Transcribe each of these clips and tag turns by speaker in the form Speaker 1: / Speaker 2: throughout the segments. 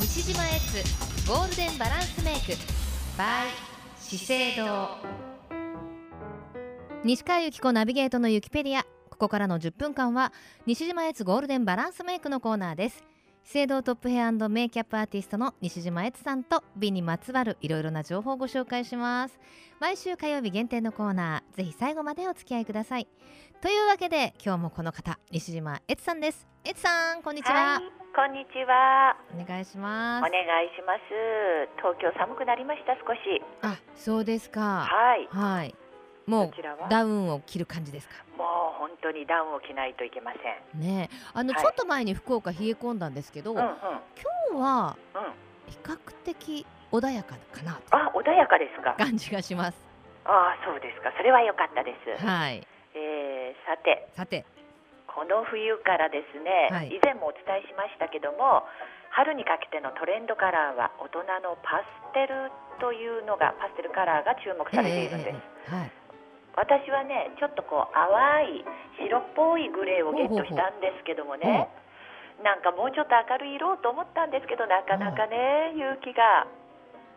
Speaker 1: 西島エッツゴールデンバランスメイク by 資生堂西川由紀子ナビゲートのユキペディアここからの10分間は西島エッツゴールデンバランスメイクのコーナーです資生堂トップヘアメイキャップアーティストの西島エッツさんと美にまつわるいろいろな情報をご紹介します毎週火曜日限定のコーナーぜひ最後までお付き合いくださいというわけで今日もこの方西島エッツさんですエッツさんこんにちは、
Speaker 2: はい、こんにちは。
Speaker 1: お願いしま
Speaker 2: お
Speaker 1: す
Speaker 2: 願いします。東京寒くなりました少し。
Speaker 1: あ、そうですか。
Speaker 2: はい。
Speaker 1: はい。
Speaker 2: こ
Speaker 1: も
Speaker 2: ちらは
Speaker 1: うダウンを着る感じですか。
Speaker 2: もう本当にダウンを着ないといけません。
Speaker 1: ねえ、あの、
Speaker 2: はい
Speaker 1: ちょっと前に福岡冷え込んだんですけど、
Speaker 2: うんうん。う
Speaker 1: 今日
Speaker 2: ん。
Speaker 1: は比較的穏やかかな
Speaker 2: あ、穏やかですか。
Speaker 1: 感じがします。
Speaker 2: あ、そうですか。それは良かったです。
Speaker 1: はい。
Speaker 2: えーさて、
Speaker 1: さて、
Speaker 2: この冬からですね、
Speaker 1: はい
Speaker 2: 以前もお伝えしましたけども、春にかけてのトレンドカラーは大人のパステルというのがパステルカラーが注目されているんで
Speaker 1: え
Speaker 2: す。
Speaker 1: はい。
Speaker 2: 私はねちょっとこう淡い白っぽいグレーをゲットしたんですけどもねなんかもうちょっと明るい色をと思ったんですけどなかなかね勇気が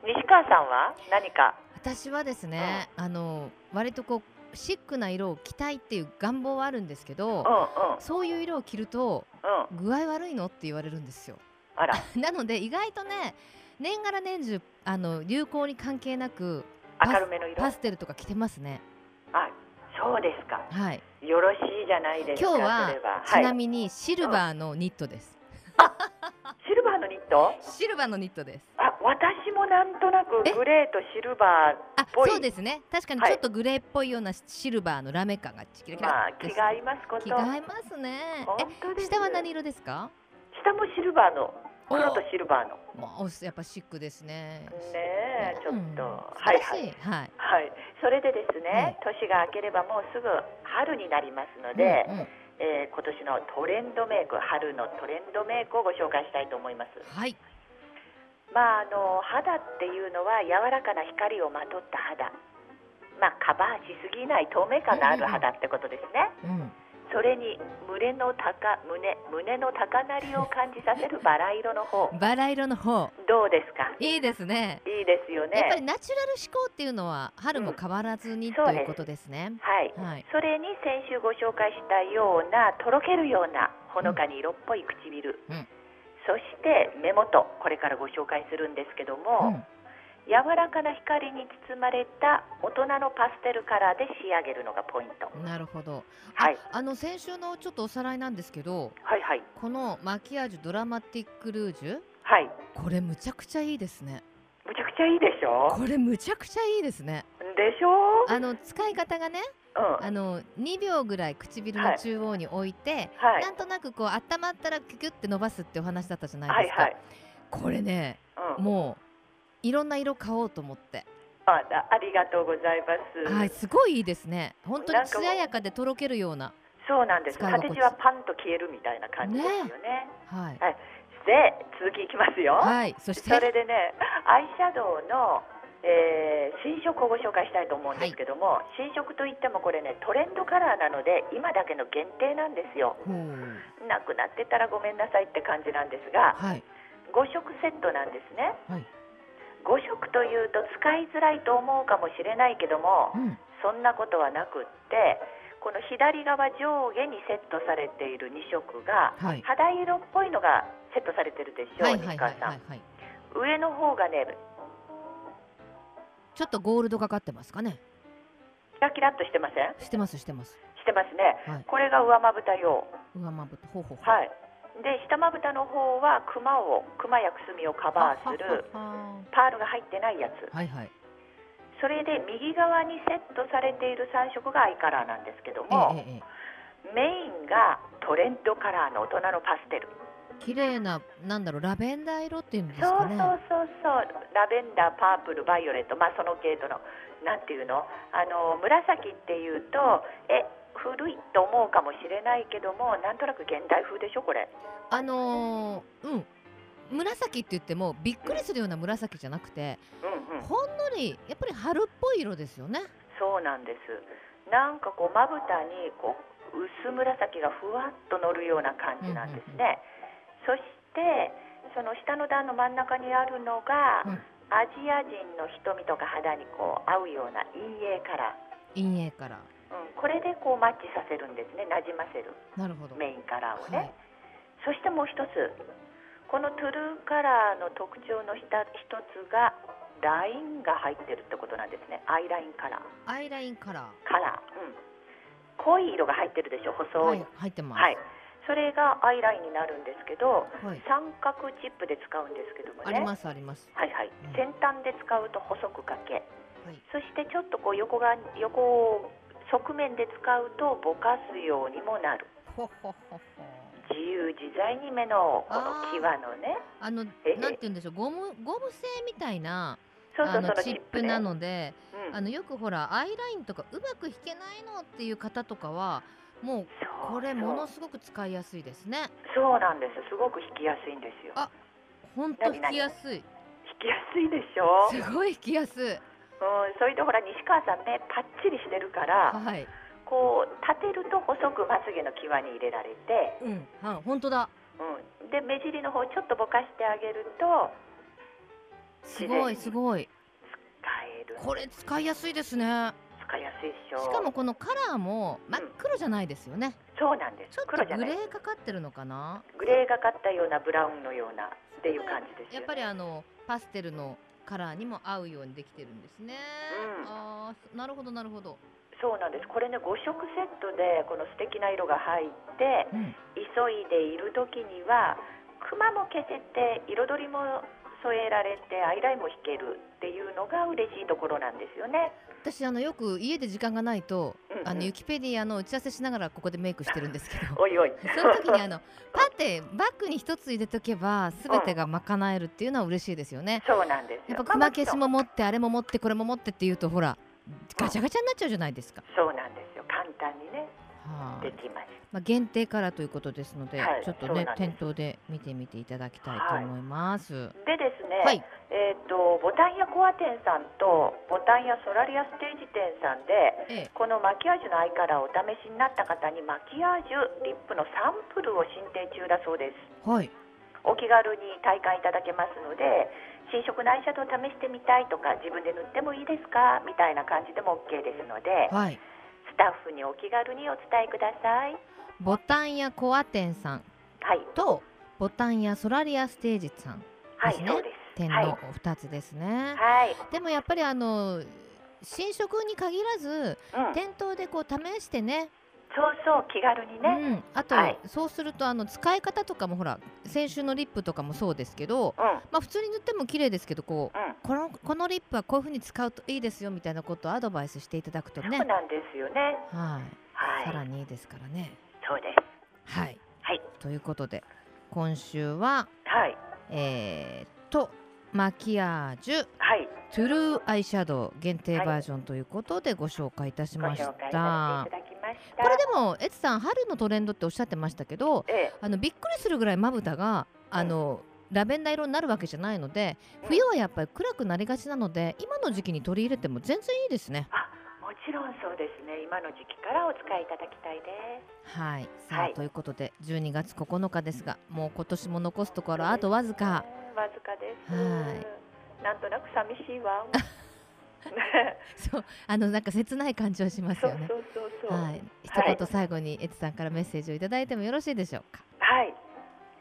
Speaker 2: 西川さんは何か
Speaker 1: 私はですね、あの割とこうシックな色を着たいっていう願望はあるんですけど
Speaker 2: うん、うん
Speaker 1: そういう色を着ると
Speaker 2: うん
Speaker 1: 具合悪いのって言われるんですよ。
Speaker 2: あら
Speaker 1: なので意外とね、年がら年中あの流行に関係なくス
Speaker 2: 明るめの色
Speaker 1: パステルとか着てますね。
Speaker 2: あそうですか
Speaker 1: はい。
Speaker 2: よろしいじゃないですか
Speaker 1: 今日
Speaker 2: それ
Speaker 1: は
Speaker 2: は
Speaker 1: ちな
Speaker 2: はい、
Speaker 1: みにシルバーのニットです。
Speaker 2: シルバーのニット
Speaker 1: シルバーのニットです。
Speaker 2: あ私もなんとなく
Speaker 1: え
Speaker 2: グレーとシルバー
Speaker 1: あ、
Speaker 2: ぽい
Speaker 1: そうですね。確かにちょっとグレーっぽいようなシルバーのラメ感がキラキ
Speaker 2: まあ
Speaker 1: ラ
Speaker 2: 気
Speaker 1: です。
Speaker 2: が合いますこと
Speaker 1: 着替えますね。
Speaker 2: 本当
Speaker 1: え、
Speaker 2: です
Speaker 1: 下は何色ですか？
Speaker 2: 下もシルバーの
Speaker 1: お
Speaker 2: 黒とシルバーの
Speaker 1: まあ、おやっぱシックですね。
Speaker 2: ねえちょっと、
Speaker 1: 素
Speaker 2: は
Speaker 1: 晴
Speaker 2: い
Speaker 1: らし。
Speaker 2: はいい
Speaker 1: はい。
Speaker 2: はい、それでです
Speaker 1: ね
Speaker 2: ね、年が明ければもうすぐ春になりますので、
Speaker 1: うんうん
Speaker 2: えー今年のトレンドメイク春のトレンドメイクをご紹介したいと思います
Speaker 1: はい。
Speaker 2: まああの肌っていうのは柔らかな光をまとった肌まあカバーしすぎない透明感のある肌ってことですね、
Speaker 1: うん。
Speaker 2: それに胸の高胸胸の高鳴りを感じさせるバラ色の方
Speaker 1: バラ色の方
Speaker 2: どうですか
Speaker 1: いいですね。
Speaker 2: いいですよ
Speaker 1: やっぱり
Speaker 2: ね
Speaker 1: ナチュラル思考っていうのは春も変わらずに
Speaker 2: ん
Speaker 1: ということですね。
Speaker 2: はい
Speaker 1: はい。
Speaker 2: それに先週ご紹介したようなとろけるようなほのかに色っぽい唇、
Speaker 1: うん
Speaker 2: そして目元これからご紹介するんですけど
Speaker 1: う
Speaker 2: も、
Speaker 1: ん
Speaker 2: 柔らかな光に包まれた大人のパステルカラーで仕上げるのがポイント
Speaker 1: なるほど。
Speaker 2: はい
Speaker 1: あの先週のちょっとおさらいなんですけど、
Speaker 2: はいはい
Speaker 1: このマキアージュドラマティックルージュ、
Speaker 2: はい
Speaker 1: これむちゃくちゃいいですね。
Speaker 2: むちゃくちゃいいでしょ
Speaker 1: これむちゃくちゃいいですね。
Speaker 2: でしょ
Speaker 1: あの使い方がね、
Speaker 2: うん
Speaker 1: あの2秒ぐらい唇の中央に置いて、
Speaker 2: はい
Speaker 1: なんとなくこう温まったらキュキュって伸ばすってお話だったじゃな
Speaker 2: はいい
Speaker 1: ですか。
Speaker 2: はい、
Speaker 1: これね、
Speaker 2: うん、
Speaker 1: もういろんな色買おうと思って、
Speaker 2: あらありがとうございます、
Speaker 1: はい、すごいいいですね。本当
Speaker 2: な
Speaker 1: に
Speaker 2: んかもう
Speaker 1: 艶やかでとろけるような、
Speaker 2: そうなんです
Speaker 1: 使い心地
Speaker 2: 形はパンと消えるみたいな感じですよね
Speaker 1: はい、
Speaker 2: で続きいきますよ
Speaker 1: はい、そし
Speaker 2: そ
Speaker 1: て、
Speaker 2: れでね、アイシャドウの、えー新色をご紹介したいと思うんですけども、新色といってもこれねトレンドカラーなので今だけの限定なんですよ
Speaker 1: ほう
Speaker 2: なくなってたらごめんなさいって感じなんですが
Speaker 1: はい、
Speaker 2: 5色セットなんですね
Speaker 1: はい、
Speaker 2: 5色というと使いづらいと思うかもしれないけども
Speaker 1: うん、
Speaker 2: そんなことはなくってこの左側上下にセットされている2色が
Speaker 1: はい、
Speaker 2: 肌色っぽいのがセットされてるでしょ
Speaker 1: は
Speaker 2: う、
Speaker 1: い、はい、
Speaker 2: 西
Speaker 1: は
Speaker 2: 川
Speaker 1: い、は
Speaker 2: さ
Speaker 1: い、は
Speaker 2: ん
Speaker 1: い。
Speaker 2: 上の方がね
Speaker 1: ちょっとゴールドがかってますかね。
Speaker 2: キラキラっとしてません
Speaker 1: してます、してます。
Speaker 2: してますね、
Speaker 1: はい
Speaker 2: これが上まぶた用
Speaker 1: 上まぶた、ほうほうほう。
Speaker 2: はいで下まぶたの方はクマをクマやくすみをカバーする
Speaker 1: はは
Speaker 2: パールが入ってないやつ
Speaker 1: ははい、はい。
Speaker 2: それで右側にセットされている3色がアイカラーなんですけど
Speaker 1: え
Speaker 2: も、
Speaker 1: ええええ
Speaker 2: メインがトレンドカラーの大人のパステル、
Speaker 1: え、綺麗な、なんだろう、ラベンダー色っていうんです
Speaker 2: そう
Speaker 1: かね。
Speaker 2: そうそうそうラベンダーパープルバイオレットまあその系統のなんていうのあの紫っていうとえ古いと思うかもしれないけどもなんとなく現代風でしょこれ
Speaker 1: あのー、うん。紫って言ってもびっくりするような紫じゃなくて、
Speaker 2: うんうん
Speaker 1: ほんのりやっぱり春っぽい色ですよね。
Speaker 2: そうなんです。なんかこうまぶたにこう薄紫がふわっと乗るような感じなんですね。そして、その下の段の真ん中にあるのが、
Speaker 1: うん
Speaker 2: アジア人の瞳とか肌にこう合うような陰影カラ
Speaker 1: 陰影から
Speaker 2: ー、うん、これでこうマッチさせるんですねなじませる
Speaker 1: なるほど
Speaker 2: メインカラーを
Speaker 1: は
Speaker 2: ね
Speaker 1: い、
Speaker 2: そしてもう一つこのトゥルーカラーの特徴の一一つがラインが入ってるってことなんですねアイラインカラー
Speaker 1: アイラインカラ
Speaker 2: カラー、うん、濃い色が入ってるでしょ
Speaker 1: ー
Speaker 2: 細、
Speaker 1: はいい入ってます
Speaker 2: はい、それがアイラインになるんですけど
Speaker 1: はい
Speaker 2: 三角チップで使うんですけども
Speaker 1: あ
Speaker 2: ね
Speaker 1: りますあります
Speaker 2: はいはい
Speaker 1: うん、
Speaker 2: 先端で使うと細くかけ
Speaker 1: はい
Speaker 2: そしてちょっとこう横が横を側面で使うとぼかすようにもなる
Speaker 1: ほほほほ
Speaker 2: 自由自在に目のこの
Speaker 1: あー
Speaker 2: 際のね
Speaker 1: あの
Speaker 2: え
Speaker 1: なんて言うんでしょうゴムゴム製みたいな
Speaker 2: そうそう
Speaker 1: あ
Speaker 2: そ
Speaker 1: の
Speaker 2: の
Speaker 1: チ
Speaker 2: チ
Speaker 1: ッ
Speaker 2: ッ
Speaker 1: プ
Speaker 2: プ
Speaker 1: な
Speaker 2: ね、
Speaker 1: ので
Speaker 2: うん
Speaker 1: あのよくほらアイラインとかうまく引けないのっていう方とかはもう
Speaker 2: そう
Speaker 1: これものすごく使いやすいですね
Speaker 2: そうそうなんですすごく引きやすいんですよ
Speaker 1: あほんと引きやすい
Speaker 2: 引きやすいでしょ、
Speaker 1: すごい引きやすい
Speaker 2: うん、それでほら西川さん目パッチリしてるから
Speaker 1: はい
Speaker 2: こう立てると細くまつげの際に入れられて
Speaker 1: うんはいほんとだ
Speaker 2: うん、で目尻の方ちょっとぼかしてあげると
Speaker 1: すごいすごい
Speaker 2: 使える
Speaker 1: これ使いやすいですね
Speaker 2: 使いやすいでしょ
Speaker 1: しかもこのカラーも真っ黒じゃないですよね
Speaker 2: そうなんです
Speaker 1: ちょっ
Speaker 2: 黒
Speaker 1: と
Speaker 2: じゃ
Speaker 1: グ
Speaker 2: ない
Speaker 1: レーかかってるのかな
Speaker 2: グレーがかったようなブラウンのようなっていう感じです
Speaker 1: や
Speaker 2: よ
Speaker 1: っ
Speaker 2: ね
Speaker 1: ぱりあのパステルのカラーにも合うようにできてるんですね、
Speaker 2: うん
Speaker 1: あーなるほどなるほど、
Speaker 2: そうなんですこれね5色セットでこの素敵な色が入って
Speaker 1: うん、
Speaker 2: 急いでいる時にはクマも消せて彩りも添えられてアイラインも引けるっていうのが嬉しいところなんですよね
Speaker 1: 私あのよく家で時間がないと、
Speaker 2: うんうん
Speaker 1: あのユキペディアの打ち合わせしながらここでメイクしてるんですけど
Speaker 2: おいおい
Speaker 1: そういう時にあのパってバッグに一つ入れとけば全てが賄えるっていうのは嬉しいですよね、
Speaker 2: そうなんです
Speaker 1: や
Speaker 2: よ
Speaker 1: っぱ熊消しも持ってあれも持ってこれも持ってっていうとほらガチャガチャになっちゃうじゃないですか、
Speaker 2: そうなんですよ簡単にね
Speaker 1: は
Speaker 2: で
Speaker 1: い
Speaker 2: きます
Speaker 1: まあ、限定からということですので、
Speaker 2: はい
Speaker 1: ちょっと
Speaker 2: そう
Speaker 1: ね
Speaker 2: なんです
Speaker 1: 店頭で見てみていただきたいと思います。は
Speaker 2: でですね、
Speaker 1: い、
Speaker 2: えー、とボタン屋コア店さんとボタン屋ソラリアステージ店さんで
Speaker 1: ええ
Speaker 2: このマキアージュのアイカラーをお試しになった方にマキアージュリップのサンプルを申請中だそうです
Speaker 1: はい、
Speaker 2: お気軽に体感いただけますので新色のアイシャドウを試してみたいとか自分で塗ってもいいですかみたいな感じでも OK ですので
Speaker 1: はい、
Speaker 2: スタッフにお気軽にお伝えください
Speaker 1: ボタン屋コア店さん
Speaker 2: はい
Speaker 1: とボタン屋ソラリアステージさん
Speaker 2: はい
Speaker 1: ですね
Speaker 2: そうです
Speaker 1: 店
Speaker 2: はい
Speaker 1: のお二つですね。
Speaker 2: はい、
Speaker 1: でもやっぱりあの新色に限らず
Speaker 2: うん、
Speaker 1: 店頭でこう試してね、
Speaker 2: そうそう気軽にね、
Speaker 1: うん、あと、
Speaker 2: はい
Speaker 1: そうするとあの使い方とかもほら先週のリップとかもそうですけど、
Speaker 2: うん
Speaker 1: まあ、普通に塗っても綺麗ですけどこう
Speaker 2: うん
Speaker 1: このこのリップはこういうふうに使うといいですよみたいなことをアドバイスしていただくとね
Speaker 2: そう、なんですよね
Speaker 1: はい、
Speaker 2: はい
Speaker 1: さらにいいですからね。
Speaker 2: そうです
Speaker 1: はい、
Speaker 2: はい
Speaker 1: ということで今週は、
Speaker 2: はい
Speaker 1: えー、とマキアージュ
Speaker 2: はい
Speaker 1: トゥルーアイシャドウ限定バージョンということでご紹介いたし
Speaker 2: ご
Speaker 1: ま
Speaker 2: 紹
Speaker 1: した。
Speaker 2: 介させていただきました。
Speaker 1: これでもエツさん春のトレンドっておっしゃってましたけど
Speaker 2: ええ、
Speaker 1: あのびっくりするぐらいまぶたがあの、ラベンダー色になるわけじゃないので
Speaker 2: うん
Speaker 1: 冬はやっぱり暗くなりがちなので今の時期に取り入れても全然いいですね。
Speaker 2: あ、もちろんそうですね。今の時期からお使いいただきたいです。
Speaker 1: はい、さあ、
Speaker 2: はい
Speaker 1: ということで12月9日ですがもう今年も残すところあとわずか。
Speaker 2: わずかです。
Speaker 1: は
Speaker 2: なんとなく寂しい わ。
Speaker 1: そうあのなんか切ない感じはします
Speaker 2: そう
Speaker 1: よね。
Speaker 2: そうそうそう。は。
Speaker 1: はいい、一言最後にエツさんからメッセージをいただいてもよろしいでしょうか。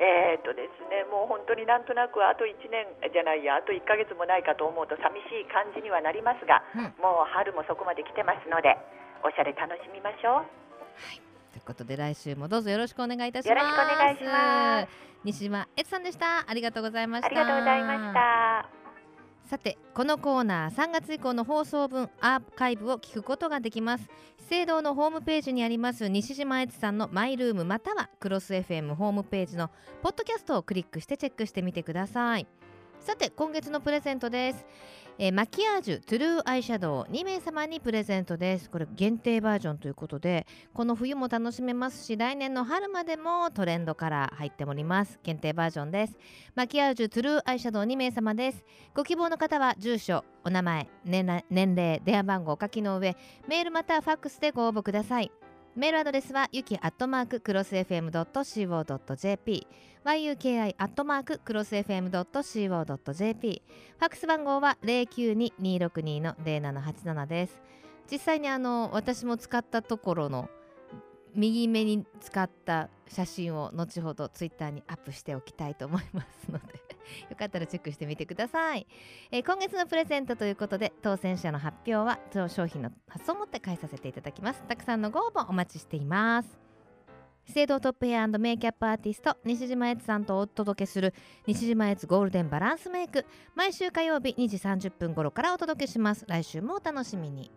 Speaker 2: えーっとですね、もう本当になんとなくあと1年じゃないやあと1ヶ月もないかと思うと寂しい感じにはなりますが、
Speaker 1: うん
Speaker 2: もう春もそこまで来てますのでおしゃれ楽しみましょう。
Speaker 1: ということで来週もどうぞよろしくお願いいたします。
Speaker 2: よろしくお願いします
Speaker 1: 西島エツさんでした。ありがとうございました。
Speaker 2: ありがとうございまし。た。
Speaker 1: さてこのコーナー3月以降の放送分アーカイブを聞くことができます資生堂のホームページにあります西島エツさんのマイルームまたはクロス FM ホームページのポッドキャストをクリックしてチェックしてみてくださいさて今月のプレゼントです、えーマキアージュトゥルーアイシャドウ2名様にプレゼントですこれ限定バージョンということでこの冬も楽しめますし来年の春までもトレンドから入っております限定バージョンですマキアージュトゥルーアイシャドウ2名様ですご希望の方は住所お名前年ら年齢電話番号をお書きの上メールまたはファックスでご応募くださいメールアドレスはゆきアットマーククロス FM.co.jp yuki アットマーククロス FM.co.jp ファックス番号は092262の0787です実際にあの私も使ったところの右目に使った写真を後ほどツイッターにアップしておきたいと思いますのでよかったらチェックしてみてください、えー今月のプレゼントということで当選者の発表は当商品の発送をもって返させていただきますたくさんのご応募お待ちしています資生堂トップヘアメイキャップアーティスト西島悦さんとお届けする西島悦ゴールデンバランスメイク毎週火曜日2時30分頃からお届けします来週もお楽しみに